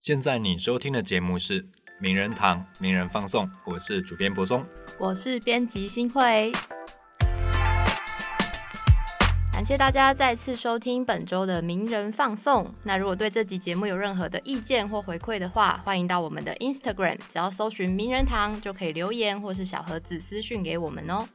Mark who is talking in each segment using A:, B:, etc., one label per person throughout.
A: 现在你收听的节目是《名人堂名人放送》，我是主编柏松。
B: 我是编辑新慧。感谢大家再次收听本周的名人放送。那如果对这集节目有任何的意见或回馈的话，欢迎到我们的 Instagram，只要搜寻“名人堂”就可以留言或是小盒子私讯给我们哦。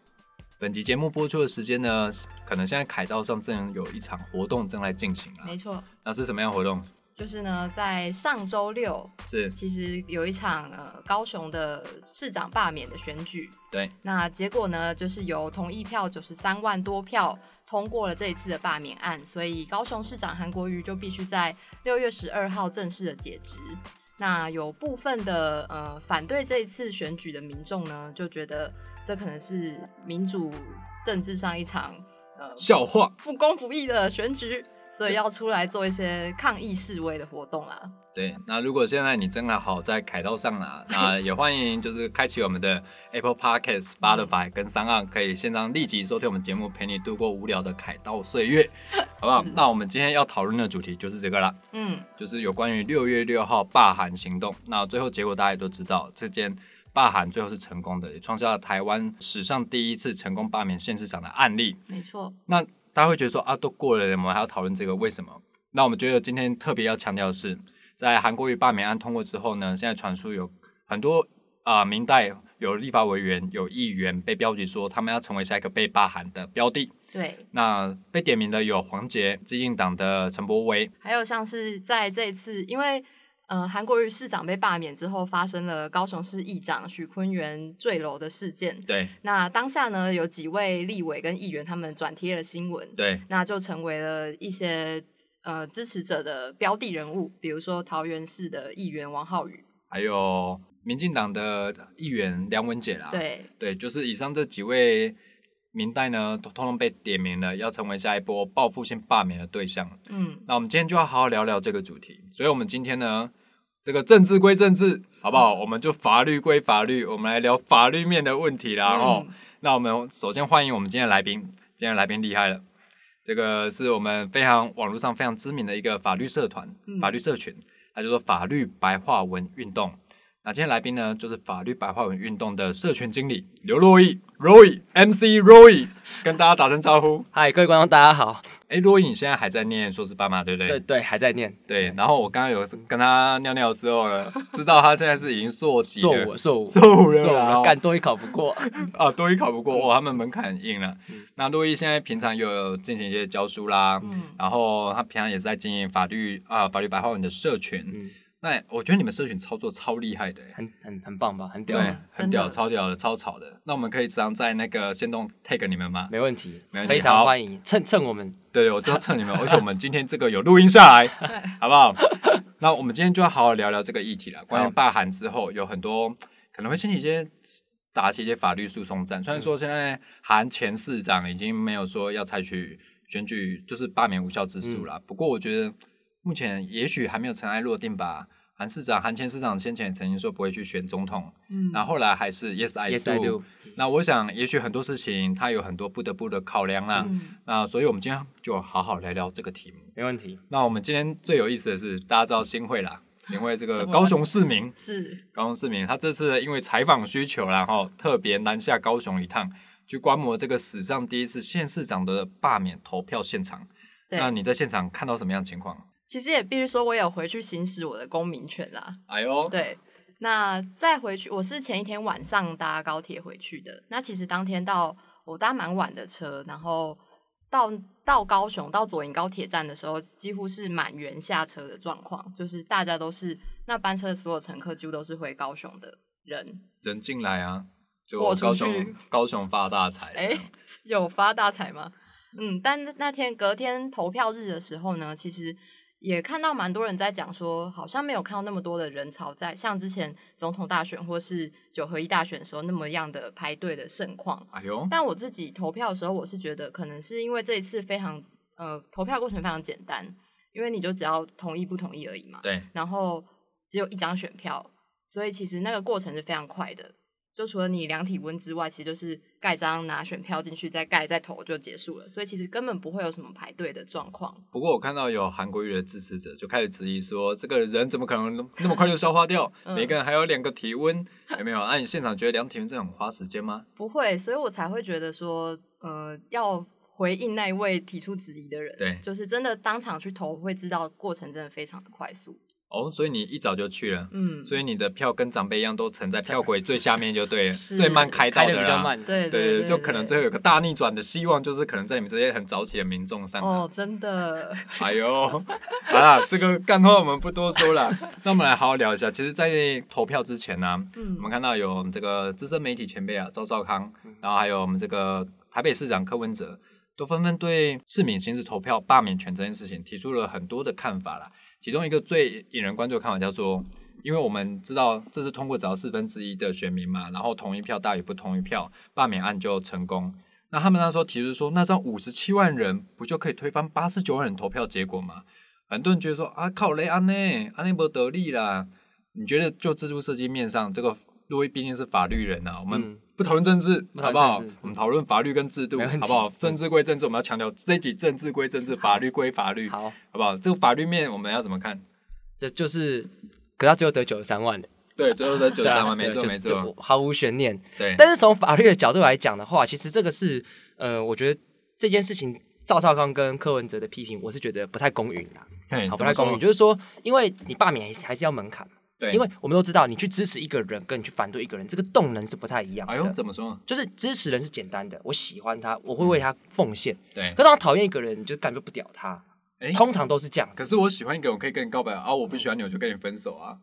A: 本集节目播出的时间呢，可能现在凯道上正有一场活动正在进行啊。
B: 没错，
A: 那是什么样的活动？
B: 就是呢，在上周六
A: 是
B: 其实有一场呃高雄的市长罢免的选举，
A: 对，
B: 那结果呢，就是由同意票九十三万多票通过了这一次的罢免案，所以高雄市长韩国瑜就必须在六月十二号正式的解职。那有部分的呃反对这一次选举的民众呢，就觉得这可能是民主政治上一场呃
A: 笑话。
B: 不公不义的选举，所以要出来做一些抗议示威的活动啦。
A: 对，那如果现在你正好在凯道上 啊，那也欢迎就是开启我们的 Apple Podcast、Spotify 跟三岸，可以线上立即收听我们节目，陪你度过无聊的凯道岁月，好 不好
B: 是？
A: 那我们今天要讨论的主题就是这个啦。
B: 嗯，
A: 就是有关于六月六号罢韩行动。那最后结果大家也都知道，这件罢韩最后是成功的，也创下了台湾史上第一次成功罢免县市长的案例。
B: 没错，
A: 那大家会觉得说啊，都过了，我们还要讨论这个为什么？那我们觉得今天特别要强调的是，在韩国瑜罢免案通过之后呢，现在传出有很多啊、明代有立法委员、有议员被标记说他们要成为下一个被罢韩的标的。
B: 对。
A: 那被点名的有黄杰、激进党的陈柏惟，
B: 还有像是在这一次，因为呃韩国瑜市长被罢免之后，发生了高雄市议长许坤元坠楼的事件。
A: 对
B: 那当下呢，有几位立委跟议员他们转贴了新闻，
A: 对
B: 那就成为了一些呃支持者的标的人物，比如说桃园市的议员王浩宇，
A: 还有民进党的议员梁文杰啦，
B: 对，
A: 对就是以上这几位明代呢，都通通被点名了，要成为下一波报复性罢免的对象。
B: 嗯，
A: 那我们今天就要好好聊聊这个主题，所以我们今天呢，这个政治归政治，好不好？
B: 嗯
A: 我们就法律归法律，我们来聊法律面的问题啦。哦、
B: 嗯
A: 那我们首先欢迎我们今天的来宾，今天的来宾厉害了。这个是我们非常网络上非常知名的一个法律社团、
B: 嗯
A: 法律社群，它叫做法律白话文运动。那今天来宾呢，就是法律白话文运动的社群经理刘若毅 （Roy MC Roy），跟大家打声招呼。
C: 嗨，各位观众，大家好。
A: 哎，若毅，你现在还在念硕士班嘛？对不对？
C: 对对，还在念
A: 对，然后我刚刚有跟他尿尿的时候呢，知道他现在是已经硕几
C: 硕五，
A: 了，
C: 硕五，
A: 硕五了啦
C: 硕五
A: 哦
C: 了，干多一考不过。
A: 啊，多一考不过，哇，他们门槛很硬了。那洛伊现在平常有进行一些教书啦，
B: 嗯
A: 然后他平常也是在经营法律啊、法律白话文的社群。
C: 嗯，
A: 那我觉得你们社群操作超厉害的、欸，
C: 很很很棒吧，很屌，
A: 对，很屌，
B: 真的
A: 超屌的，超吵的。那我们可以时常在那个线动 tag 你们吗？
C: 没问题
A: 没问，题
C: 非
A: 好
C: 常欢迎。蹭蹭我们，
A: 对对，我就要蹭你们，而且我们今天这个有录音下来，好不好？那我们今天就要好好聊聊这个议题了。关于
C: 好
A: 罢韩之后，有很多可能会掀起一些打起一些法律诉讼
C: 嗯
A: 战。虽然说现在韩前市长已经没有说要采取选举就是罢免无效之诉
C: 嗯
A: 啦，不过我觉得目前也许还没有尘埃落定吧。韩市长、韩前市长先前也曾经说不会去选总统，
B: 嗯，
A: 然后后来还是 Yes I
C: Yes, I do
A: 那我想，也许很多事情他有很多不得不的考量啦。
B: 嗯
A: 那所以我们今天就好好来聊这个题目。
C: 没问题。
A: 那我们今天最有意思的是，大家知道新会啦，新会这个
B: 怎么了
A: 高雄市民，
B: 是
A: 高雄市民他这次因为采访需求啦，然后特别南下高雄一趟，去观摩这个史上第一次县市长的罢免投票现场。
B: 对
A: 那你在现场看到什么样的情况？
B: 其实也必须说，我有回去行使我的公民权啦。
A: 哎呦，
B: 对，那再回去，我是前一天晚上搭高铁回去的。那其实当天到我搭蛮晚的车，然后到到高雄到左营高铁站的时候，几乎是满员下车的状况，就是大家都是那班车所有乘客几乎都是回高雄的人，
A: 人进来啊，就
B: 豁出
A: 高
B: 去
A: 雄高雄发大财。啊
B: 哎、有发大财吗？嗯，但那那天隔天投票日的时候呢，其实也看到蛮多人在讲说，好像没有看到那么多的人潮在像之前总统大选或是九合一大选的时候那么样的排队的盛况。
A: 哎呦，
B: 但我自己投票的时候，我是觉得可能是因为这一次非常呃投票过程非常简单，因为你就只要同意不同意而已嘛。
A: 对，
B: 然后只有一张选票，所以其实那个过程是非常快的。就除了你量体温之外，其实就是盖章拿选票进去，再盖再投就结束了，所以其实根本不会有什么排队的状况。
A: 不过我看到有韩国瑜的支持者就开始质疑说，这个人怎么可能那么快就消化掉？
B: 嗯
A: 每个人还有两个体温，有没有？啊那、你现场觉得量体温这很花时间吗？
B: 不会，所以我才会觉得说，呃，要回应那一位提出质疑的人，
A: 对
B: 就是真的当场去投，会知道过程真的非常的快速。
A: 哦，所以你一早就去了，
B: 嗯，
A: 所以你的票跟长辈一样都沉在票轨最下面就对了，
B: 是
A: 最慢开到
C: 开的
A: 的
C: 比较
A: 啦。
C: 慢，
B: 对
A: 对
B: 对
A: 对，就可能最后有个大逆转的希望，就是可能在你们这些很早起的民众上。啊
B: 哦，真的，
A: 哎呦，好啦，这个干话我们不多说了，那我们来好好聊一下。其实，在投票之前呢、啊
B: 嗯
A: 我们看到有我们这个资深媒体前辈啊，赵少康，然后还有我们这个台北市长柯文哲，都纷纷对市民行使投票罢免权这件事情提出了很多的看法啦。其中一个最引人关注的看法叫做，因为我们知道这次通过只要四分之一的选民嘛，然后同一票大于不同一票，罢免案就成功。那他们那时候提出说，那这样五十七万人不就可以推翻八十九万人投票结果吗？很多人觉得说啊，靠雷安内，安内不得利啦。你觉得就制度设计面上，这个路易毕竟是法律人啊，我们
C: 嗯
A: 不讨论政治，
C: 不讨
A: 好
C: 论
A: 不好
C: 政治？
A: 我们讨论法律跟制度，
C: 没问题
A: 好不好？政治归政治，我们要强调这一集政治归政治，法律归法律，好
C: 好，
A: 不好？这个法律面我们要怎么看？
C: 这就是，可他最后得九十三万的，
A: 对，最后的九
C: 对
A: 三
C: 啊
A: 万，没
C: 对
A: 错
C: 就是
A: 没
C: 就
A: 错，
C: 毫无悬念。
A: 对，
C: 但是从法律的角度来讲的话，其实这个是，呃，我觉得这件事情赵少康跟柯文哲的批评，我是觉得不太公允啦，
A: 嘿
C: 好，
A: 嗯
C: 不
A: 怎
C: 太
A: 么说
C: 公允，就是说，因为你罢免还是要门槛嘛，
A: 对，
C: 因为我们都知道，你去支持一个人跟你去反对一个人，这个动能是不太一样的。
A: 哎呦，怎么说？
C: 就是支持人是简单的，我喜欢他，我会为他奉献。
A: 对
C: 可，当讨厌一个人，你就感觉不屌他。
A: 哎
C: 通常都是这样子。
A: 可是我喜欢一个人，我可以跟你告白啊，我不喜欢你，我就跟你分手啊。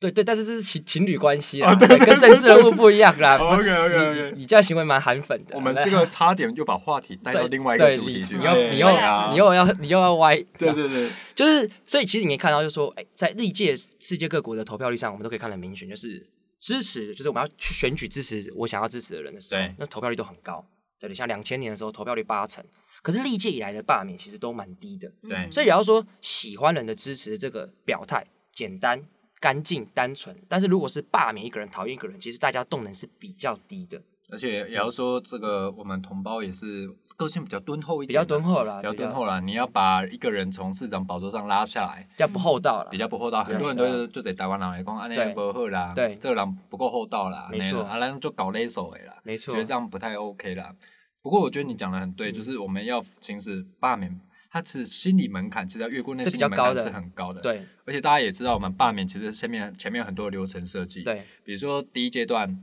C: 对对，但是这是情情侣关系啊，
A: 哦
C: 对跟政治人物不一样啦。
A: OK OK
C: 你你你这样行为蛮韩粉的。
A: 哦我们这个差点又把话题带
C: 啊对
A: 到另外一个
C: 对
A: 主题去，
C: 你
A: 对
C: 又你又
B: 对啊
C: 你又要你又要歪，
A: 对啊对对，
C: 就是所以其实你可以看到，就是说，哎，在历届世界各国的投票率上，我们都可以看到明显，就是支持，就是我们要去选举支持我想要支持的人的时候
A: 对，
C: 那投票率都很高。对，你像两千年的时候，投票率八成，可是历届以来的罢免其实都蛮低的。
A: 对
B: 嗯
C: 所以也要说喜欢人的支持这个表态简单、干净、单纯。但是如果是罢免一个人、讨厌一个人，其实大家动能是比较低的，
A: 而且也要说这个我们同胞也是个性比较敦厚一
C: 比
A: 点啊，
C: 较敦厚啦，
A: 比较敦厚啦。你要把一个人从市长宝座上拉下来，
C: 比较不厚道啦
A: 比。较不厚道，
C: 对
A: 很多人
C: 对啊
A: 都就在台湾人来讲，安
C: 对
A: 尼不好啦，
C: 对
A: 这个人不够厚道啦，
C: 没错
A: 那样啊，咱就搞勒手的啦，
C: 没错
A: 觉得这样不太 OK 啦。不过我觉得你讲的很对，
C: 嗯
A: 就是我们要行使罢免，它其实心理门槛，其实要越过那
C: 是
A: 心
C: 比
A: 理
C: 较
A: 门槛
C: 高的
A: 是很高的，。
C: 对
A: 而且大家也知道，我们罢免其实前面前面有很多流程设计，，
C: 对，
A: 比如说第一阶段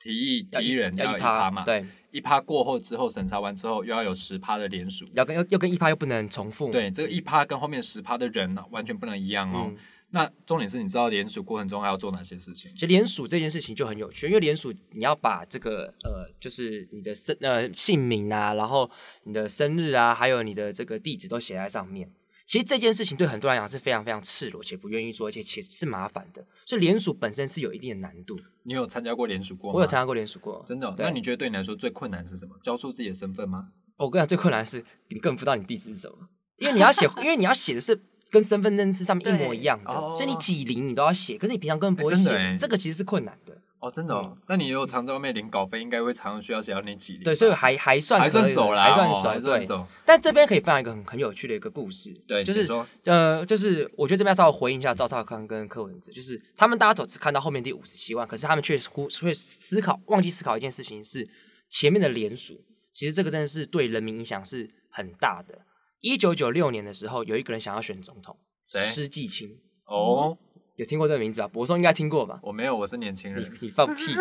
A: 提议提议人
C: 要
A: 一
C: 趴
A: 趴嘛，，
C: 对，
A: 一趴过后之后审查完之后又要有十趴的联署，
C: 要跟又又跟一趴又不能重复。
A: 对，这个一趴跟后面十趴的人呢完全不能一样哦。
C: 嗯，
A: 那重点是，你知道联署过程中还要做哪些事情？
C: 其实联署这件事情就很有趣，因为联署你要把这个呃，就是你的生呃姓名啊，然后你的生日啊，还有你的这个地址都写在上面。其实这件事情对很多人来讲是非常非常赤裸，且不愿意做，而且且是麻烦的。所以联署本身是有一定的难度。
A: 你有参加过联署过吗？
C: 我有参加过联署过，
A: 真的哦、
C: 对
A: 那你觉得对你来说最困难是什么？交出自己的身份吗？
C: 哦我跟你讲，最困难的是你根本不知道你地址是什么，因为你要写，因为你要写的是跟身份证是上面一模一样的
A: 对哦，
C: 所以你几零你都要写，可是你平常根本不会
A: 哎真
C: 写
A: 的哎，
C: 这个其实是困难的。
A: 哦，真的、哦。那你也有常在外面领稿费，应该会常需要写到你几零吧。
C: 嗯对，所以还还算
A: 还算
C: 可以
A: 熟啦，
C: 还算
A: 哦
C: 熟，
A: 还算。
C: 对
A: 熟。
C: 但这边可以分享一个很很有趣的一个故事，
A: 对，
C: 就
A: 请
C: 是
A: 说
C: 呃，就是我觉得这边要稍微回应一下赵少康跟柯文哲，就是他们大家总是看到后面第五十七万，可是他们却忽却思考忘记思考一件事情是前面的联署，其实这个真的是对人民影响是很大的。一九九六年的时候，有一个人想要选总统，
A: 谁
C: 施季青，
A: 哦，
C: 有听过这个名字吧？博松应该听过吧？
A: 我没有，我是年轻
C: 你
A: 人。
C: 你放屁！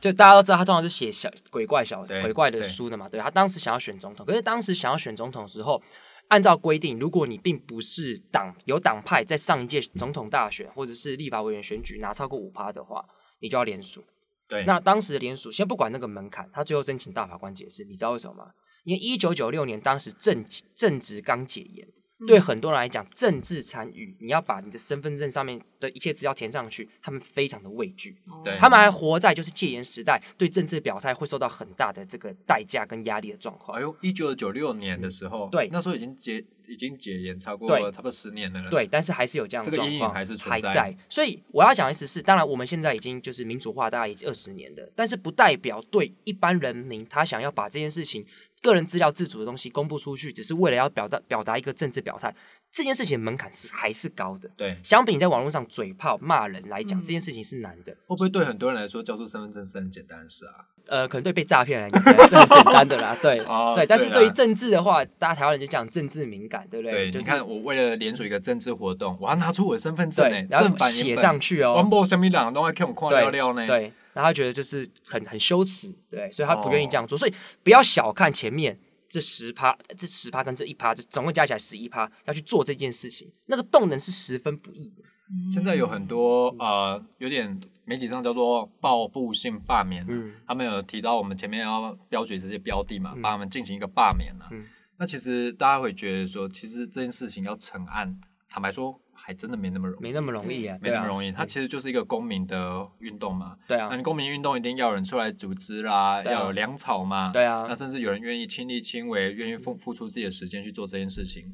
C: 就大家都知道，他通常是写小鬼怪小
A: 对
C: 鬼怪的
A: 对
C: 书的嘛。对，他当时想要选总统，可是当时想要选总统的时候，按照规定，如果你并不是党有党派在上一届总统大选或者是立法委员选举拿超过五趴的话，你就要联署。
A: 对，
C: 那当时的联署，先不管那个门槛，他最后申请大法官解释，你知道为什么吗？因为一九九六年当时政政治刚解严，
B: 嗯
C: 对很多人来讲，政治参与，你要把你的身份证上面的一切资料填上去，他们非常的畏惧。
A: 对
C: 他们还活在就是戒严时代，对政治表态会受到很大的这个代价跟压力的状
A: 哎
C: 况。
A: 呦，一九九六年的时候，
C: 对
A: 那时候已经解已经解严超过
C: 对
A: 差不多十年了。，
C: 对，但是还是有这样的
A: 这个
C: 状
A: 阴
C: 况
A: 影还是存
C: 还
A: 在
C: 在。所以我要讲的意思是，当然我们现在已经就是民主化，大概已经二十年了，但是不代表对一般人民他想要把这件事情个人资料自主的东西公布出去，只是为了要表达表达一个政治表态，这件事情门槛是还是高的。
A: 对，
C: 相比你在网络上嘴炮骂人来讲，
B: 嗯
C: 这件事情是难的。
A: 会不会对很多人来说，交出身份证是很简单的事啊？
C: 呃，可能对被诈骗来讲可能是很简单的 啦，对、
A: 哦
C: 对。但是
A: 对啦
C: 对于政治的话，大家台湾人就讲政治敏感，对不
A: 对，
C: 对？就是
A: 你看，我为了联署一个政治活动，我要拿出我的身份证
C: 对
A: 呢，，
C: 然
A: 正
C: 后
A: 反
C: 写
A: 言
C: 上
A: 本。
C: 去哦。
A: 王博什么人都爱看我看
C: 对
A: 聊聊呢？，
C: 对，然后他觉得就是很很羞耻，对，所以他不愿意
A: 哦
C: 这样做。所以不要小看前面这十趴，这十趴跟这一趴，这总共加起来十一趴，要去做这件事情，那个动能是十分不易的。
B: 嗯
A: 现在有很多
C: 嗯
A: 呃，有点媒体上叫做报复性罢免、啊，
C: 嗯
A: 他们有提到我们前面要标举这些标的嘛，
C: 嗯
A: 帮他们进行一个罢免啊。
C: 嗯
A: 那其实大家会觉得说，其实这件事情要成案，坦白说还真的没那么容易，
C: 没那么容易啊，
A: 嗯没那么容
C: 易，
A: 易。它其实就是一个公民的运动嘛，
C: 对
A: 那
C: 啊，
A: 你公民运动一定要有人出来组织啦，
C: 对啊
A: 要有粮草嘛，
C: 对啊嗯
A: 那，甚至有人愿意亲力亲为，愿意付付出自己的时间去做这件事情。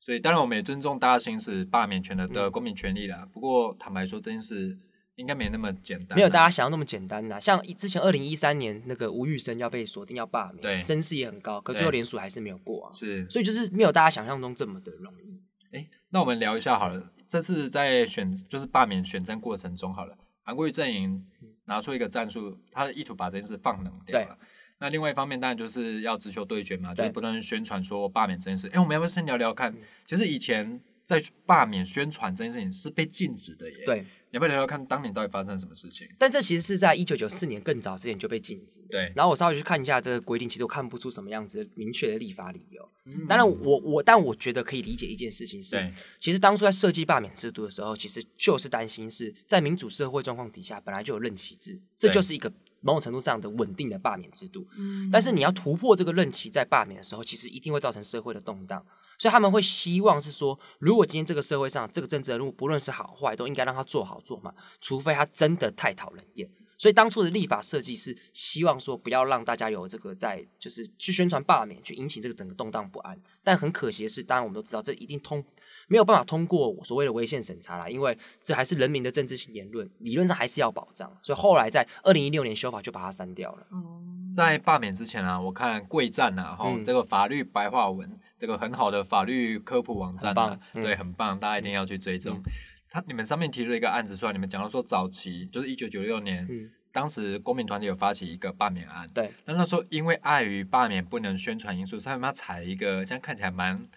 A: 所以，当然我们也尊重大家行使罢免权的的
C: 嗯
A: 公民权利啦。不过，坦白说，这件事应该没那么简单啦。啊
C: 没有大家想象那么简单呐、像之前二零一三年那个吴玉生要被锁定要罢免，
A: 对
C: 声势也很高，可最后联署还是没有过啊，
A: 是
C: 所以就是没有大家想象中这么的容易。
A: 哎，那我们聊一下好了。这次在选就是罢免选战过程中好了，韩国瑜阵营拿出一个战术，他的意图把这件事放冷掉
C: 对
A: 了。那另外一方面，当然就是要直球对决嘛，就
C: 对
A: 是不断宣传说罢免这件事。哎，我们要不要先聊聊看
C: 嗯？
A: 其实以前在罢免宣传这件事情是被禁止的耶。，
C: 对，
A: 你要不要聊聊看当年到底发生了什么事情？
C: 但这其实是在一九九四年更早之前就被禁止。
A: 对，
C: 然后我稍微去看一下这个规定，其实我看不出什么样子的明确的立法理由。
A: 嗯
C: 当然我，我但我觉得可以理解一件事情是
A: 对，
C: 其实当初在设计罢免制度的时候，其实就是担心是在民主社会状况底下，本来就有任期制，这
A: 对
C: 就是一个某种程度上的稳定的罢免制度。
B: 嗯，
C: 但是你要突破这个任期，在罢免的时候，其实一定会造成社会的动荡。所以他们会希望是说，如果今天这个社会上这个政治人物不论是好坏，都应该让他做好做满，除非他真的太讨人厌。所以当初的立法设计是希望说，不要让大家有这个在就是去宣传罢免，去引起这个整个动荡不安。但很可惜的是，当然我们都知道，这一定通没有办法通过所谓的违宪审查啦，因为这还是人民的政治性言论，理论上还是要保障。所以后来在二零一六年修法就把它删掉了。
B: 哦
A: 在罢免之前啊，我看贵站啊，哈、
C: 嗯
A: 这个法律白话文，这个很好的法律科普网站
C: 很
A: 啊
C: 棒，嗯
A: 对，很棒，大家一定要去追踪。他你们上面提了一个案子出来，你们讲到说早期就是一九九六年，
C: 嗯，
A: 当时公民团体有发起一个罢免案，
C: 对。
A: 那那时候因为碍于罢免不能宣传因素，所以他们采一个现在看起来蛮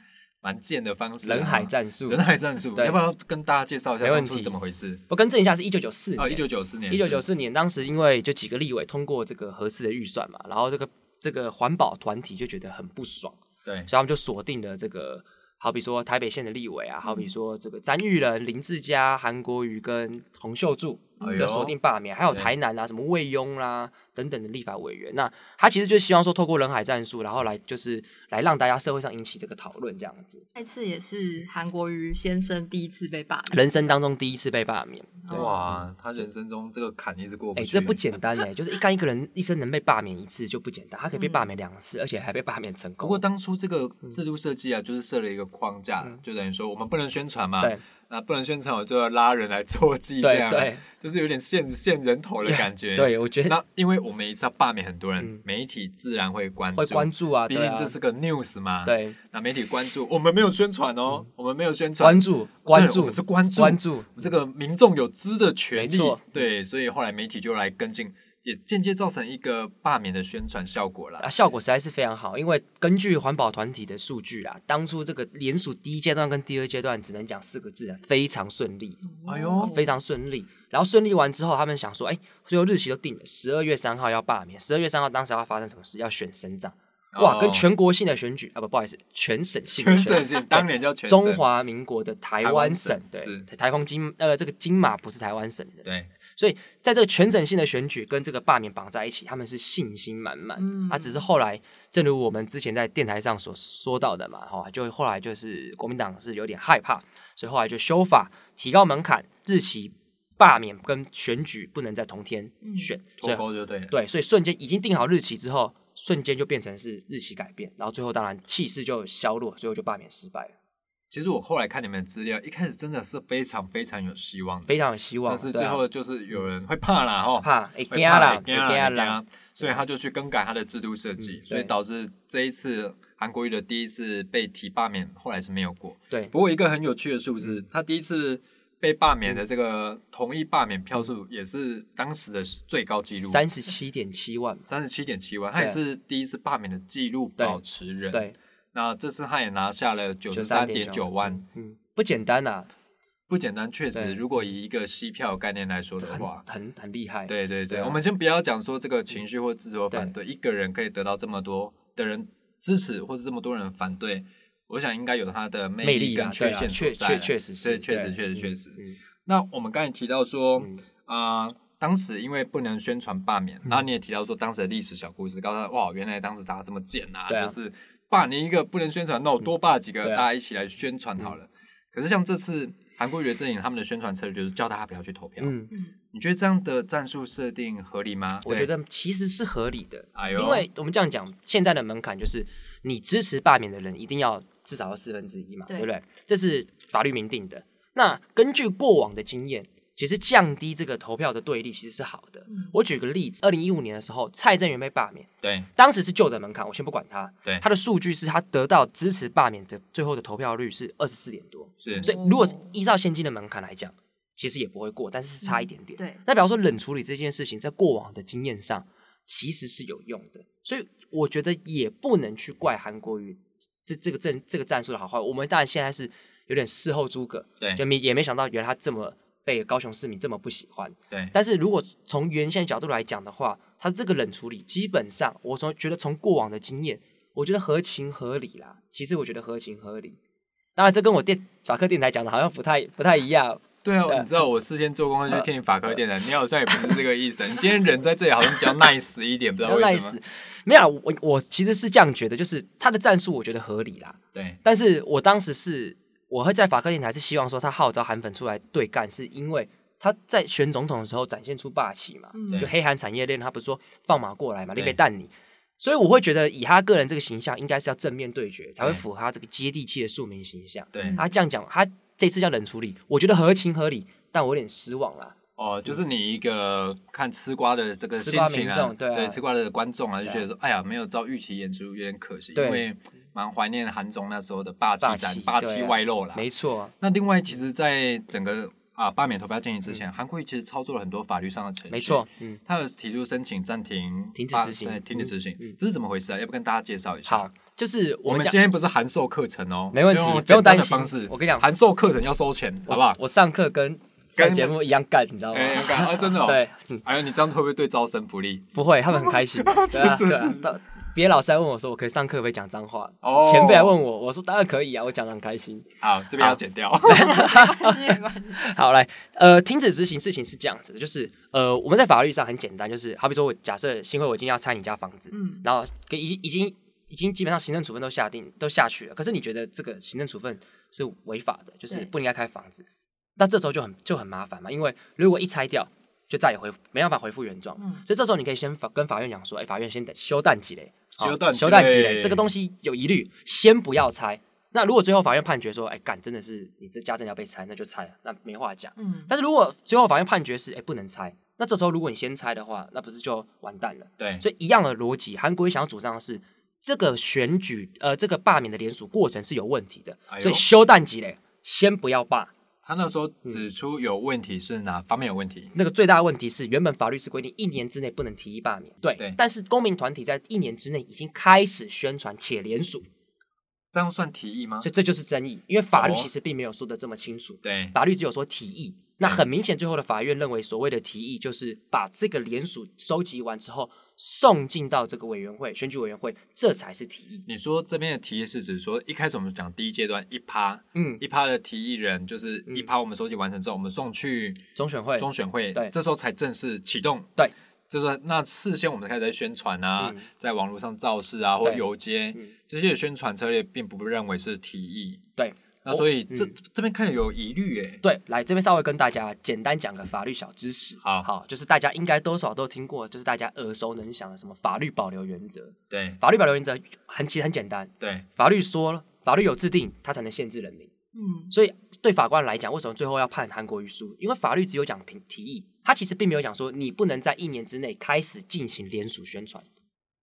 A: 蛮贱的方式啊、
C: 人海战术。
A: 人海战术，
C: 对
A: 要不要跟大家介绍一下
C: 没问
A: 当
C: 题
A: 初是怎么回事？
C: 我更正一下，是一九九四
A: 哦，一九九四年，
C: 一九九四年，当时因为就几个立委通过这个合适的预算嘛，然后这个这个环保团体就觉得很不爽，
A: 对
C: 所以他们就锁定了这个，好比说台北县的立委啊，好
A: 嗯
C: 比说这个詹玉仁、林志嘉、韩国瑜跟洪秀柱，
A: 哎呦
C: 就锁定罢免，还有
A: 对
C: 台南啊、什么魏庸啦、等等的立法委员。那他其实就希望说，透过人海战术，然后来就是来让大家社会上引起这个讨论，这样子。
B: 那次也是韩国瑜先生第一次被罢免，
C: 人生当中第一次被罢免，对
A: 哇，他人生中这个坎一直过不
C: 哎、
A: 去，
C: 这不简单哎、就是一干一个人一生能被罢免一次就不简单，他可以被罢免两次，而且还被罢免成
A: 不
C: 功。
A: 过当初这个制度设计啊，就是设了一个框架，
C: 嗯
A: 就等于说我们不能宣传嘛，
C: 对
A: 那不能宣传，我就要拉人来做记，这
C: 对
A: 样
C: 对
A: 就是有点限限人头的感觉。，
C: 对，我觉 得
A: 那因为我们一次要罢免很多人，
C: 嗯
A: 媒体自然会关注，
C: 会关注啊，
A: 毕
C: 对
A: 竟
C: 啊，
A: 这是个 news 嘛。，
C: 对嗯
A: 那媒体关注，我们没有宣传哦，我们没有宣传，
C: 关注关
A: 对我
C: 注
A: 们是关注，
C: 关注，
A: 这个民众有知的权
C: 没
A: 利
C: 错。
A: 对，所以后来媒体就来跟进，也间接造成一个罢免的宣传效果啦
C: 啊，。效果实在是非常好。因为根据环保团体的数据啊，当初这个联署第一阶段跟第二阶段只能讲四个字啊，非常顺利，
B: 嗯
A: 哎
B: 哦
A: 呦
C: 非常顺利。然后顺利完之后，他们想说，哎，最后日期都定了，十二月三号要罢免，十二月三号当时要发生什么事？要选省长。啊哇，
A: 哦
C: 跟全国性的选举啊，不，不好意思，全省性的
A: 全
C: 选
A: 省
C: 举
A: 性，当年叫全省
C: 中华民国的
A: 台
C: 台湾
A: 湾
C: 省
A: 省，
C: 对
A: 是，
C: 台风金呃这个金马不是台湾省的，
A: 对，
C: 所以在这个全省性的选举跟这个罢免绑在一起，他们是信心满满。
B: 嗯
C: 啊，只是后来，正如我们之前在电台上所说到的嘛，哈、就后来就是国民党是有点害怕，所以后来就修法，提高门槛、日期、罢免跟选举不能在同天
B: 嗯
C: 选，
A: 脱
C: 所以
A: 钩就对了。
C: 对，所以瞬间已经定好日期之后，瞬间就变成是日期改变，然后最后当然气势就消弱，最后就罢免失败了。
A: 其实我后来看你们的资料，一开始真的是非常非常有希望的，
C: 非常有希望。
A: 但是
C: 对
A: 最
C: 啊
A: 后就是有人会怕啦，哈、
C: 怕，会
A: 会
C: 惊啊
A: 怕
C: 啦，
A: 啦，
C: 会
A: 惊
C: 惊
A: 啦，会
C: 啦啊
A: 怕，所以他就去更改他的制度设计
C: 嗯，
A: 所以
C: 对
A: 导致这一次韩国瑜的第一次被提罢免，后来是没有过。
C: 对，
A: 不过一个很有趣的数
C: 嗯
A: 字，他第一次被罢免的这个同意罢免票数也是当时的最高纪录，
C: 三十七点七万嘛，
A: 三十七点七万，他也
C: 对
A: 是第一次罢免的纪录
C: 对
A: 保持人。，
C: 对，
A: 那这次他也拿下了九十三点九
C: 93.9
A: 万，
C: 嗯，不简单呐，
A: 不简单。确实，
C: 对
A: 如果以一个吸票概念来说
C: 这
A: 的
C: 很
A: 话，
C: 很很厉害，
A: 对对对，
C: 对啊
A: 我们先不要讲说这个情绪或自我反
C: 对
A: 对，一个人可以得到这么多的人支持，或是这么多人反对，我想应该有他的
C: 魅
A: 魅
C: 力
A: 跟
C: 啊
A: 缺
C: 对啊
A: 陷所
C: 确
A: 在
C: 确
A: 啦。
C: 确实是，
A: 对确实
C: 对
A: 确实确
C: 嗯
A: 实
C: 嗯
A: 那我们刚才提到说，
C: 嗯
A: 呃，当时因为不能宣传罢免，
C: 嗯
A: 然后你也提到说当时的历史小故事，告诉他哇，原来当时大家这么贱啊，
C: 对啊
A: 就是罢你一个不能宣传，那我多罢几个，
C: 对啊嗯
A: 大家一起来宣传好了。可是像这次韩国瑜的阵营，他们的宣传策略就是叫大家不要去投票。
C: 嗯，
B: 嗯，
A: 你觉得这样的战术设定合理吗？
C: 我觉，得其实是合理的，
A: 哎呦，
C: 因为我们这样讲，现在的门槛就是你支持罢免的人一定要至少要四分之一嘛，对
B: 对
C: 不对？这是法律明定的。那根据过往的经验，其实降低这个投票的对立其实是好的。
B: 嗯
C: 我举个例子，二零一五年的时候，蔡正元被罢免，
A: 对
C: 当时是旧的门槛，我先不管他。
A: 对
C: 他的数据是他得到支持罢免的最后的投票率是二十四点多，
A: 是
C: 所以如果是依照现今的门槛来讲，其实也不会过，但是是差一点点。
B: 对，
C: 那比方说冷处理这件事情，在过往的经验上其实是有用的，所以我觉得也不能去怪韩国瑜这这个战这个战术的好坏。我们当然现在是有点事后诸葛，
A: 对
C: 就没也没想到原来他这么被高雄市民这么不喜欢。
A: 对
C: 但是如果从原先角度来讲的话，他这个冷处理基本上，我从觉得从过往的经验，我觉得合情合理啦。其实我觉得合情合理。当然，这跟我电法克电台讲的好像不太不太一样，
A: 对
C: 对呃
A: 啊！你知道我事先做功课就听你法科电台，你好像也不是这个意思。啊你今天人在这里好像比较 nice 一点，不知道
C: 要
A: 啊为
C: 赖
A: 什么
C: 死。。没有啦，啊我我其实是这样觉得，就是他的战术我觉得合理啦，
A: 对
C: 但是我当时是我会在法克电台是希望说他号召韩粉出来对干，是因为他在选总统的时候展现出霸气嘛，
B: 嗯
A: 对
C: 就黑韩产业链，他不是说放马过来嘛，
A: 对
C: 立被蛋你。所以我会觉得，以他个人这个形象，应该是要正面对决，才会
A: 对
C: 符合他这个接地气的庶民形象。
A: 对，
B: 嗯
C: 他这样讲，他这次叫冷处理，我觉得合情合理，但我有点失望啦。
A: 哦，就是你一个看吃瓜的这个
C: 嗯吃
A: 心
C: 瓜
A: 情
C: 民
A: 啊
C: 众，对啊
A: 吃瓜的观众啊，就
C: 对啊
A: 觉得说，哎呀，没有照预期演出有点可惜，
C: 对
A: 因为蛮怀念韩总那时候的霸气
C: 霸
A: 展
C: 气、
A: 霸
C: 对
A: 气
C: 啊
A: 外露啦。
C: 没错啊，
A: 那另外，其实，在整个啊罢免投票进行之前，韩国瑜其实操作了很多法律上的程序，
C: 嗯没错，，嗯，
A: 他有提出申请暂停、
C: 停止
A: 罢
C: 执行
A: 对，停止执行，
C: 嗯嗯
A: 这是怎么回事啊？要不跟大家介绍一下？
C: 好，，就是
A: 我
C: 我们
A: 们
C: 讲
A: 今天不是函授课程哦，
C: 没问题
A: 用
C: 不
A: 简
C: 用
A: 单
C: 担
A: 的
C: 心
A: 方式，
C: 我跟你讲
A: 函授课程要收钱，好
C: 我
A: 不好？
C: 我上课跟上
A: 跟
C: 节目一样干，你知道吗？
A: 哎，要干啊，真的哦。
C: 对，嗯
A: 哎呦，你这样会不会对招生不利？
C: 不会，他们很 开心。对啊，
A: 哦是是
C: 对啊。到别的老师还问我说，我可以上课可不可以讲脏话？
A: 哦
C: 前辈还问我，我说当然可以啊，我讲的很开心。
A: 好，这边要剪掉。
B: 关系没关系，
C: 好，来，呃，停止执行事情是这样子的，就是呃，我们在法律上很简单，就是好比说我假设新会我今天要拆你家房子，
B: 嗯，
C: 然后给已已经已经基本上行政处分都下定都下去了，可是你觉得这个行政处分是违法的，就是
B: 对
C: 不应该开房子，那这时候就很就很麻烦嘛，因为如果一拆掉，就再也回没办法恢复原状，
B: 嗯
C: 所以这时候你可以先法跟法院讲说，哎、法院先等休蛋几嘞，好
A: 休蛋几
C: 休蛋几
A: 嘞
C: 嘞，这个东西有疑虑，先不要拆。那如果最后法院判决说，哎、干真的是你这家政要被拆，那就拆了，那没话讲。
B: 嗯，
C: 但是如果最后法院判决是，哎、不能拆，那这时候如果你先拆的话，那不是就完蛋了？
A: 对，
C: 所以一样的逻辑，韩国瑜想要主张的是这个选举呃这个罢免的联署过程是有问题的，
A: 哎呦
C: 所以休蛋级嘞，先不要罢。
A: 他那时候
C: 嗯
A: 指出有问题是哪方面有问题？
C: 那个最大的问题是，原本法律是规定一年之内不能提议罢免，对，
A: 对
C: 但是公民团体在一年之内已经开始宣传且联署，
A: 这样算提议吗
C: 所以？这就是争议，因为法律
A: 哦
C: 其实并没有说的这么清楚。
A: 对，
C: 法律只有说提议。那很明显，最后的法院认为，所谓的提议就是把这个联署收集完之后送进到这个委员会、选举委员会，这才是提议。
A: 你说这边的提议是指说，一开始我们讲第一阶段一趴，
C: 嗯，
A: 一趴的提议人就是
C: 嗯
A: 一趴，我们收集完成之后，我们送去
C: 中选会，
A: 中选会，
C: 对
A: 这时候才正式启动。
C: 对，
A: 就是说那事先我们开始在宣传啊，
C: 嗯
A: 在网络上造势啊，或
C: 对
A: 游街
C: 嗯
A: 这些宣传策略，并不认为是提议。
C: 对
A: 那所以这、
C: 嗯
A: 这边开始有疑虑诶。
C: 对，来这边稍微跟大家简单讲个法律小知识。
A: 好
C: 好，就是大家应该多少都听过，就是大家耳熟能详的什么法律保留原则。
A: 对
C: 法律保留原则很其实很简单，
A: 对
C: 法律说法律有制定，它才能限制人民。
B: 嗯
C: 所以对法官来讲，为什么最后要判韩国瑜输？因为法律只有讲提提议，他其实并没有讲说你不能在一年之内开始进行联署宣传。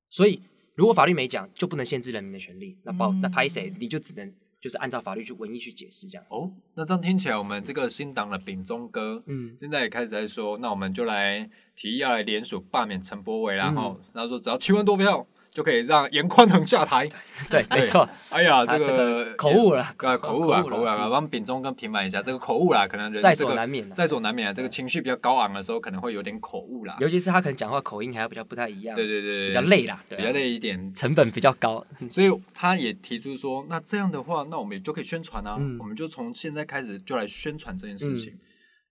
C: 所以如果法律没讲，就不能限制人民的权利。那报
B: 嗯
C: 那拍谁，你就只能就是按照法律去文艺去解释这样子。
A: 哦，那这样听起来，我们这个新党的丙中哥，
C: 嗯，
A: 现在也开始在说，那我们就来提议要来联署罢免陈柏伟啦，
C: 嗯
A: 吼、然后说只要七万多票就可以让严宽恒下台。
C: 对，没错，
A: 哎呀，
C: 他
A: 这
C: 啊这
A: 个
C: 个口误了，
A: 啊，口误啊，
C: 口误了
A: 口误啊，
C: 嗯
A: 帮丙中哥平反一下这个口误啦，可能人
C: 在
A: 这
C: 所
A: 个
C: 难免的。
A: 在所难免啊，这个情绪比较高昂的时候，可能会有点口误啦。
C: 尤其是他可能讲话口音还要比较不太一样，
A: 对对对对，
C: 比较，累啦，对啊
A: 比较，累一点。
C: 成本比较高。嗯
A: 所以他也提出说，那这样的话，那我们也就可以宣传啊，
C: 嗯
A: 我们就从现在开始就来宣传这件事情。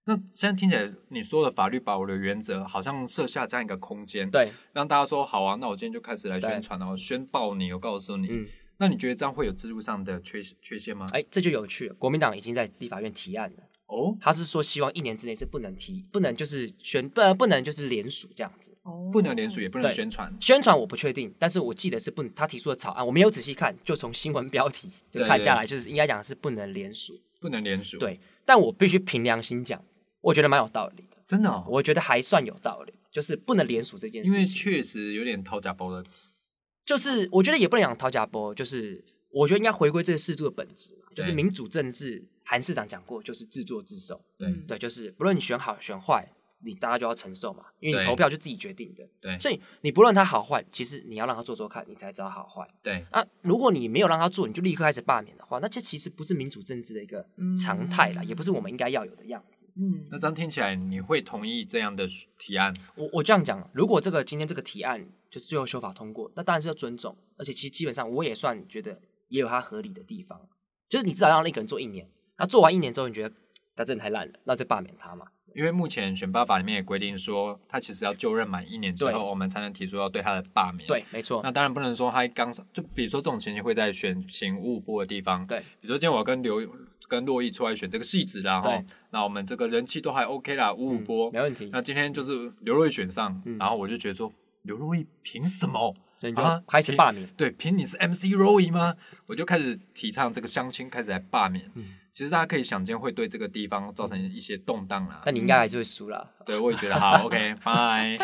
A: 那现在听起来，你说的法律保留原则好像设下这样一个空间，
C: 对，
A: 让大家说好啊，那我今天就开始来
C: 对
A: 宣传哦，我宣报你，我告诉你。
C: 嗯，
A: 那你觉得这样会有制度上的缺缺陷吗？
C: 哎，这就有趣了。国民党已经在立法院提案了。
A: 哦，
C: 他是说希望一年之内是不能提，不能就是宣，不能不能就是联署这样子。
B: 哦
A: 不能联署，也不能
C: 对
A: 宣传，
C: 宣传我不确定，但是我记得是不能，他提出的草案我没有仔细看，就从新闻 标题就看下来，就是应该讲是不能联署。
A: 不能联署。
C: 对但我必须凭良心讲，我觉得蛮有道理的，
A: 真的、哦，
C: 我觉得还算有道理，就是不能联署这件
A: 因为
C: 事情，
A: 确实有点掏假包的。
C: 就是我觉得也不能讲讨假波，就是我觉得应该回归这个制度的本质嘛，就是
A: 对
C: 民主政治，韩市长讲过，就是自作自受。
A: 对
B: 嗯
C: 对，就是不论你选好选坏，你大家就要承受嘛，因为你
A: 对
C: 投票就自己决定的。
A: 对
C: 所以你不论他好坏，其实你要让他做做看，你才知道好坏。
A: 对，
C: 啊，如果你没有让他做，你就立刻开始罢免的话，那这其实不是民主政治的一个
B: 嗯
C: 常态啦，也不是我们应该要有的样子。
B: 嗯
A: 那这样听起来，你会同意这样的提案？
C: 我我这样讲，如果这个今天这个提案就是最后修法通过，那当然是要尊重，而且其实基本上我也算觉得也有它合理的地方，就是你至少让一个人做一年，那做完一年之后，你觉得他真的太烂了，那再罢免他嘛。
A: 因为目前选罢法里面也规定说，他其实要就任满一年之
C: 对
A: 后，我们才能提出要对他的罢免。，
C: 对，没错，
A: 那当然不能说他刚上，就比如说这种情形会在选刑务部的地方，
C: 对。
A: 比如说今天我跟刘跟洛毅出来选这个戏子啦，
C: 对
A: 哈，那我们这个人气都还 OK 啦，五五
C: 嗯
A: 波。
C: 没问题。
A: 那今天就是刘若毅选上，
C: 嗯
A: 然后我就觉得说，刘若毅凭什么？
C: 所以你就
A: 啊
C: 开始
A: 凭
C: 罢免。
A: 对，凭你是 MC Roy 吗？我就开始提倡这个相亲，开始来罢免。
C: 嗯
A: 其实大家可以想见，会对这个地方造成一些动荡啊啦。
C: 那你应该还是会输啦。
A: 对，我也觉得好 ，OK，拜。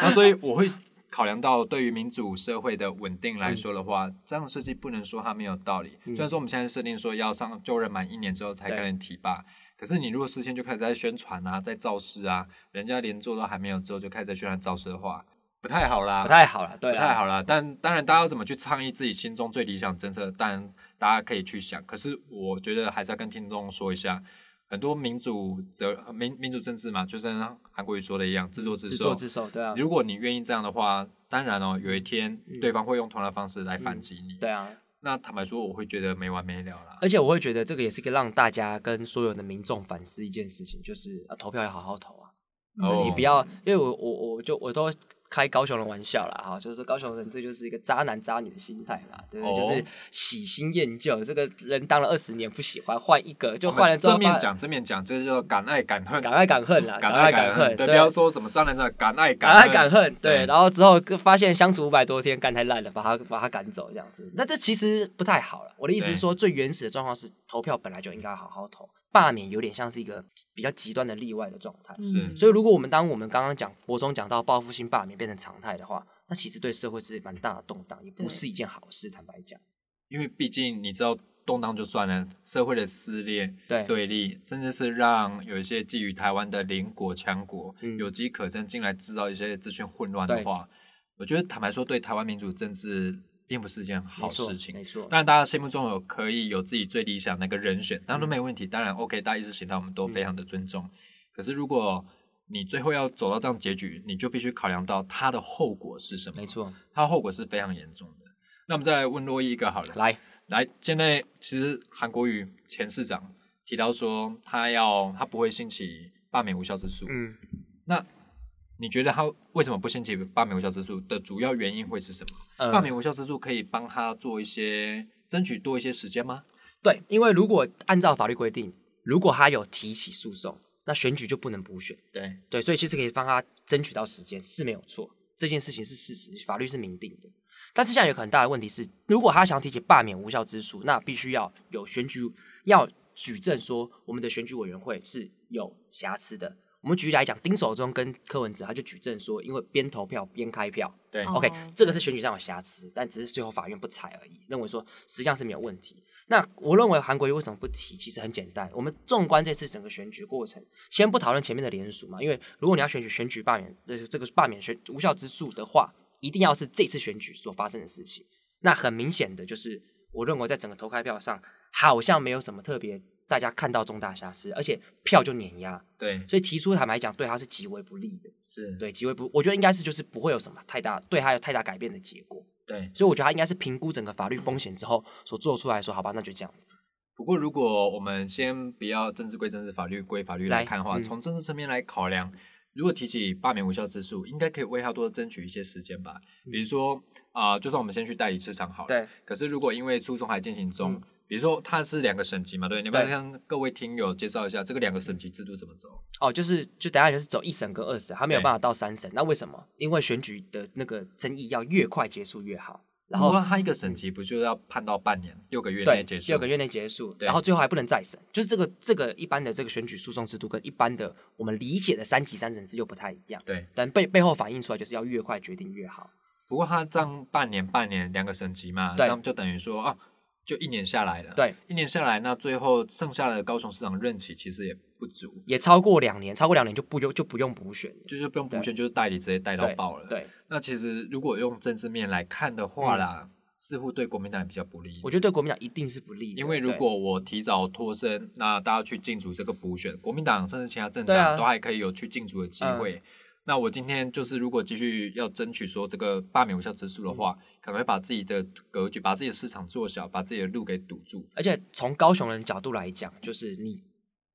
A: 那所以我会考量到对于民主社会的稳定来说的话，这样的设计不能说它没有道理。
C: 嗯
A: 虽然说我们现在设定说要上就任满一年之后才
C: 对
A: 跟人提拔，可是你如果事先就开始在宣传啊，在造势啊，人家连做都还没有之后就开始在宣传造势的话，不太好啦，
C: 不太好啦，
A: 啊
C: 对
A: 不
C: 啊啦，
A: 太好啦。但当然，大家要怎么去倡议自己心中最理想的政策，当然大家可以去想。可是我觉得还是要跟听众说一下，很多民主责呃民民主政治嘛，就像韩国瑜说的一样，自作自
C: 自
A: 受
C: 作。自受，对啊，
A: 如果你愿意这样的话，当然哦，有一天
C: 嗯
A: 对方会用同样的方式来反击你。
C: 对啊。
A: 那坦白说，我会觉得没完没了啦。
C: 而且我会觉得这个也是一个让大家跟所有的民众反思一件事情，就是啊，投票要好好投啊，
B: 嗯
A: 哦
C: 你不要，因为我我我就我都开高雄人玩笑啦，哈，就是说高雄人这就是一个渣男渣女的心态啦，对不对？
A: 哦
C: 就是喜新厌旧，这个人当了二十年不喜欢，换一个就
A: 我们
C: 换了之后
A: 哦正面
C: 发，
A: 讲，正面讲，这就叫敢爱敢恨，
C: 敢爱敢恨啦，
A: 敢
C: 爱
A: 敢
C: 恨，
A: 对，
C: 对，
A: 不要说什么渣男渣，敢爱
C: 敢
A: 恨嗯
C: 爱敢恨，对，
A: 对
C: 然后之后发现相处五百多天，干太烂了，把他把他赶走这样子，那这其实不太好了。我的意思是说，最原始的状况是投票本来就应该好好投，罢免有点像是一个比较极端的例外的状态。
B: 嗯
A: 是
C: 所以，如果我们当我们刚刚讲国中讲到报复性罢免变成常态的话，那其实对社会是蛮大的动荡，也不
B: 对
C: 是一件好事。坦白讲，
A: 因为毕竟你知道动荡就算了，社会的撕裂、
C: 对
A: 对立，甚至是让有一些觊觎台湾的邻国强国、
C: 嗯
A: 有机可乘进来制造一些资讯混乱的
C: 对
A: 话，我觉得坦白说，对台湾民主政治并不是一件好
C: 没错
A: 事情
C: 没。错，
A: 当然，大家心目中有可以有自己最理想的那个人选，当
C: 嗯
A: 然都没问题。当然，OK，大家意识形态我们都非常的尊重。可是，如果你最后要走到这样结局，你就必须考量到它的后果是什么。
C: 没，错。
A: 它的后果是非常严重的。那我们再来问洛伊一个好了，
C: 来，
A: 来，现在其实韩国瑜前市长提到说，他要他不会兴起罢免无效之诉。
C: 嗯，
A: 那你觉得他为什么不兴起罢免无效之诉的主要原因会是什么？
C: 呃
A: 罢免无效之诉可以帮他做一些争取多一些时间吗？
C: 对，因为如果按照法律规定，如果他有提起诉讼，那选举就不能补选。
A: 对，
C: 对，所以其实可以帮他争取到时间是没有错，这件事情是事实，法律是明定的。但是现在有个很大的问题是，如果他想要提起罢免无效之诉，那必须要有选举，要举证说我们的选举委员会是有瑕疵的。我们举例来讲，丁守中跟柯文哲他就举证说，因为边投票边开票、
A: 对
B: 哦
C: o k 这个是选举上有瑕疵，但只是最后法院不裁而已，认为说实际上是没有问题。那我认为韩国瑜为什么不提？其实很简单，我们纵观这次整个选举过程，先不讨论前面的联署嘛，因为如果你要选举选举罢免，呃，这个罢免选无效之诉的话，一定要是这次选举所发生的事情。那很明显的就是，我认为在整个投开票上，好像没有什么特别大家看到重大瑕疵，而且票就碾压，
A: 对，
C: 所以提出坦白讲，对他是极为不利的。
A: 是，
C: 对，极为不，我觉得应该是就是不会有什么太大对他有太大改变的结果。
A: 对。
C: 所以我觉得他应该是评估整个法律风险之后所做出来说，好吧，那就这样子。
A: 不过，如果我们先不要政治归政治，法律归法律
C: 来
A: 来看的话，
C: 嗯
A: 从政治层面来考量，如果提起罢免无效之诉，应该可以为他多争取一些时间吧。比如说啊、就算我们先去代理市场好了，
C: 对，
A: 可是如果因为诉讼还进行中，
C: 嗯
A: 比如说它是两个省级嘛，对，你要不要
C: 对
A: 向各位听友介绍一下这个两个省级制度怎么走？
C: 哦，就是就等下就是走一审跟二审，他没有
A: 对
C: 办法到三审。那为什么？因为选举的那个争议要越快结束越好，然
A: 不
C: 后
A: 过它一个省级不就要判到半年、六个月
C: 对
A: 内结束？
C: 六个月内结束，
A: 对
C: 然后最后还不能再审。就是这个这个一般的这个选举诉讼制度跟一般的我们理解的三级三审制又不太一样，
A: 对。
C: 但背背后反映出来就是要越快决定越好。
A: 不过它这样半年、半年两个省级嘛，
C: 对
A: 这样就等于说啊，就一年下来了。，
C: 对，
A: 一年下来，那最后剩下的高雄市长任期其实也不足，
C: 也超过两年，超过两年就不用就不用补选了，
A: 就是不用补选，就是代理直接带到
C: 对
A: 爆了。，
C: 对，
A: 那其实如果用政治面来看的话
C: 嗯
A: 啦，似乎对国民党也比较不利。
C: 我觉得对国民党一定是不利的，
A: 因为如
C: 对
A: 果我提早脱身，那大家去竞逐这个补选，国民党甚至其他政
C: 对啊嗯
A: 党都还可以有去竞逐的机会。那我今天就是如果继续要争取说这个罢免无效之诉的
C: 嗯
A: 话，可能会把自己的格局、把自己的市场做小，把自己的路给堵住。
C: 而且从高雄人角度来讲，就是你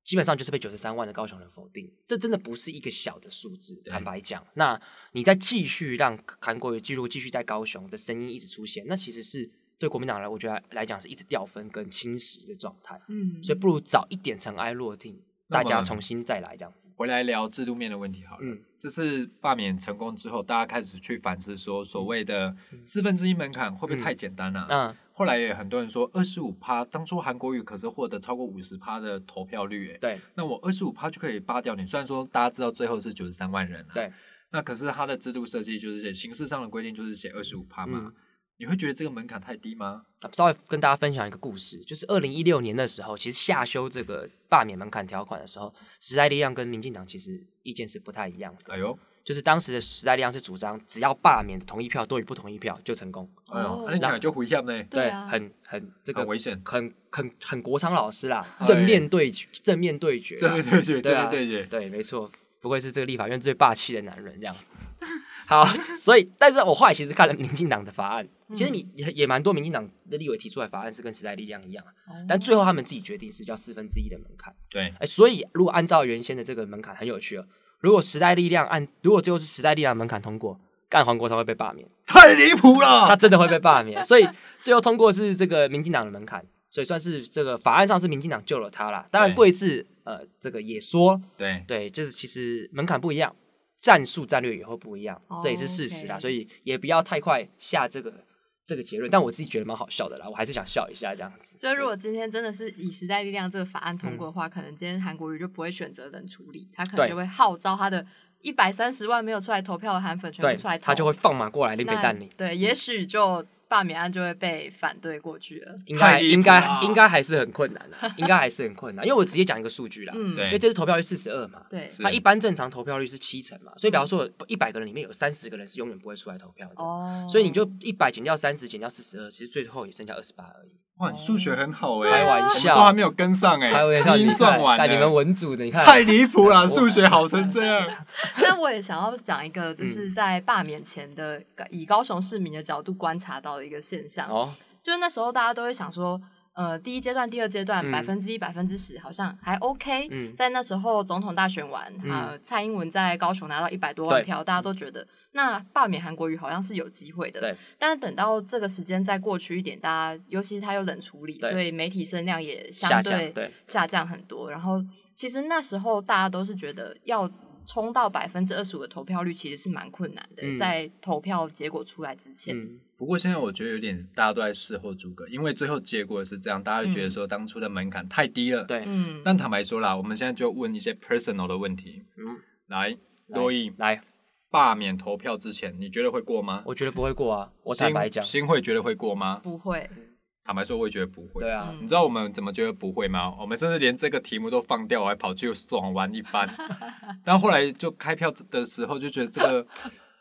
C: 基本上就是被九十三万的高雄人否定，这真的不是一个小的数字。
A: 对
C: 坦白讲，那你再继续让韩国瑜记录继续在高雄的声音一直出现，那其实是对国民党来，我觉得来讲是一直掉分跟侵蚀的状态。
B: 嗯，
C: 所以不如早一点尘埃落定，
A: 那
C: 大
A: 么嗯
C: 家重新再来这样子。
A: 回来聊制度面的问题好了。
C: 嗯
A: 这次罢免成功之后，大家开始去反思说，所谓的
C: 嗯
A: 四分之一门槛会不会太简单了、啊
C: 那
A: 后来也很多人说，二十五趴，当初韩国瑜可是获得超过五十趴的投票率、欸，
C: 对
A: 那我二十五趴就可以扒掉你。虽然说大家知道最后是九十三万人、啊，
C: 对，
A: 那可是它的制度设计就是写形式上的规定就是写二十五趴嘛、
C: 嗯
A: 你会觉得这个门槛太低吗？
C: 稍微跟大家分享一个故事，就是二零一六年的时候，其实下修这个罢免门槛条款的时候，时代力量跟民进党其实意见是不太一样的。
A: 哎呦，
C: 就是当时的时代力量是主张，只要罢免的同意票多于不同意票就成功。
A: 哎呦，
B: 哦
A: 那、你讲就回向呢，
B: 对啊
C: 很很这个
A: 很危险
C: 很很很国昌老师啦，
A: 哎
C: 正面对决，正面对决啦，
A: 这面对决，
C: 对
A: 这
C: 啊
A: 面对决，
C: 对，没错，不愧是这个立法院最霸气的男人，这样。 好，所以，但是我后来其实看了民进党的法案，其实你也也蛮多民进党的立委提出来的法案是跟时代力量一样，啊
B: 哦
C: 但最后他们自己决定是叫四分之一的门槛。
A: 对
C: 哎、所以如果按照原先的这个门槛，很有趣了。哦如果时代力量按，如果最后是时代力量门槛通过，干黄国昌会被罢免，
A: 太离谱
C: 他
A: 了。
C: 真的会被罢免。 所以最后通过是这个民进党的门槛，所以算是这个法案上是民进党救了他啦。当然
A: 对
C: 贵志呃这个也说，
A: 对，
C: 对，就是其实门槛不一样，战术战略也会不一样
B: 哦，
C: 这也是事实啦。
B: OK
C: 所以也不要太快下这个这个结论，但我自己觉得蛮好笑的啦，我还是想笑一下这样子。
B: 就是如果今天真的是以时代力量这个法案通过的话，可能今天韩国瑜就不会选择冷处理，他可能
C: 嗯对
B: 就会号召他的一百三十万没有出来投票的韩粉全
C: 对
B: 部出来，投，
C: 他就会放马过来，拎
B: 那
C: 北蛋你。
B: 对，也许就罢免案就会被反对过去了。
C: 应该
A: 太离谱
C: 应该
A: 了
C: 应该还是很困难的、 应该还是很困难，因为我直接讲一个数据啦，
B: 嗯，
A: 对
C: 因为这次投票率四十二嘛，
B: 对
A: 是
C: 那一般正常投票率是七成嘛，所以比方说一百个人里面有三十个人是永远不会出来投票的，
B: 哦，
C: 所以你就一百减掉三十减掉四十二，其实最后也剩下二十八而已。
A: 哇，你数学很好哎、
C: 哦开玩
A: 我们
C: 笑
A: 都还没有跟上哎、
C: 开玩笑，
A: 你已
C: 你
A: 经算
C: 看，
A: 完了，
C: 看你们文组的，你看
A: 太离谱了，数学好成这 样。
B: 那我也想要讲一个，
C: 嗯
B: 就是在罢免前的，以高雄市民的角度观察到的一个现象，
C: 哦，
B: 就是那时候大家都会想说，呃，第一阶段、第二阶段
C: 嗯
B: 百分之一、百分之十好像还 OK，、
C: 嗯
B: 在那时候总统大选完，
C: 嗯
B: 呃，蔡英文在高雄拿到一百多万票，大家都觉得那罢免韩国瑜好像是有机会的。
C: 对。
B: 但是等到这个时间再过去一点，大家尤其是他又冷处理，
C: 对
B: 所以媒体声量也相
C: 下降
B: 对
C: 对
B: 下降很多。然后其实那时候大家都是觉得要冲到百分之二十五的投票率，其实是蛮困难的，
C: 嗯
B: 在投票结果出来之前。
C: 嗯，
A: 不过现在我觉得有点大家都在事后诸葛，因为最后结果是这样，大家就觉得说当初的门槛太低了。
C: 嗯对，
B: 嗯，
A: 但坦白说啦，我们现在就问一些 personal 的问题。
C: 嗯
A: 来，
C: 来
A: 洛伊，
C: 来，
A: 罢免投票之前，你觉得会过吗？
C: 我觉得不会过啊，我坦白讲，
A: 新新会觉得会过吗？
B: 不会，
A: 坦白说，我也觉得不会。
C: 对啊，
B: 嗯
A: 你知道我们怎么觉得不会吗？我们甚至连这个题目都放掉，我还跑去爽玩一 番。但后来就开票的时候就觉得这 个，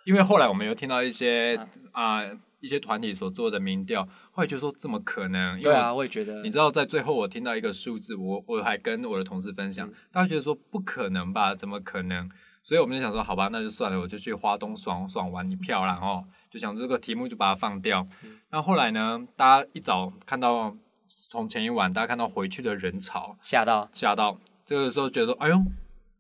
A: 因为后来我们有听到一些啊、一些团体所做的民调，后来就说怎么可能？因为
C: 对啊，我也觉得，
A: 你知道，在最后我听到一个数字，我我还跟我的同事分享，大家觉得说不可能吧，怎么可能？所以我们就想说，好吧，那就算了，我就去花东爽爽玩一票啦，然后就想这个题目就把它放掉。那后来呢，大家一早看到从前一晚，大家看到回去的人潮，
C: 吓到
A: 吓到，这个时候觉得哎呦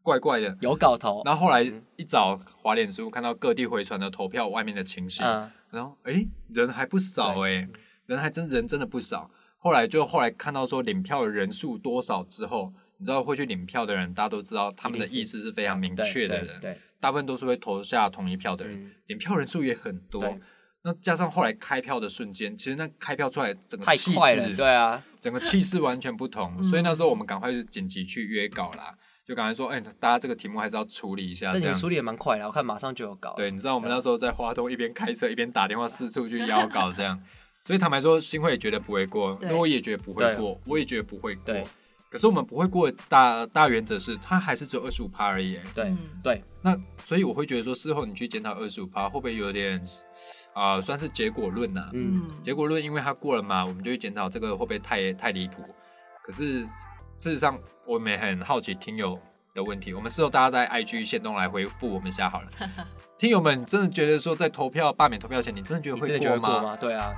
A: 怪怪的。
C: 有搞头，
A: 然后后来一早滑脸书，看到各地回传的投票外面的情形，
C: 嗯，
A: 然后诶，人还不少诶，人还真人真的不少。后来就后来看到说领票的人数多少之后，你知道会去领票的人，大家都知道他们的
C: 一定是
A: 意识是非常明
C: 对
A: 确的
C: 对
A: 人，
C: 对，
A: 大部分都是会投下同一票的人，
C: 嗯，
A: 领票人数也很多
C: 对。
A: 那加上后来开票的瞬间，其实那开票出来整个
C: 太
A: 气
C: 快了，
A: 势，
C: 对啊，
A: 整个气势完全不同。
B: 嗯
A: 所以那时候我们赶快就紧急去约稿啦，就赶快说，哎、大家这个题目还是要处理一下，
C: 但
A: 这
C: 你
A: 样
C: 们
A: 子
C: 处理也蛮快的，我看马上就有搞，
A: 对，你知道我们
C: 对
A: 那时候在花东一边开车一边打电话四处去邀稿这样，所以坦白说，新会也觉得不会过，
B: 对
A: 诺也觉得不会
C: 对啊
A: 过，我也觉得不会过
C: 对。
A: 可是我们不会过的大大原则是，它还是只有二十五趴而已欸。
C: 对
B: 嗯
C: 对，
A: 那所以我会觉得说，事后你去检讨二十五趴，会不会有点啊、算是结果论呐、啊
C: 嗯，
A: 结果论，因为它过了嘛，我们就去检讨这个会不会太太离谱。可是事实上，我们也很好奇听友的问题，我们事后大家在 IG 线动来回复我们一下 好了。听友们真的觉得说，在投票罢免投票前，你真的觉得
C: 你
A: 会
C: 真的觉
A: 过
C: 得
A: 吗？
C: 过吗？对啊，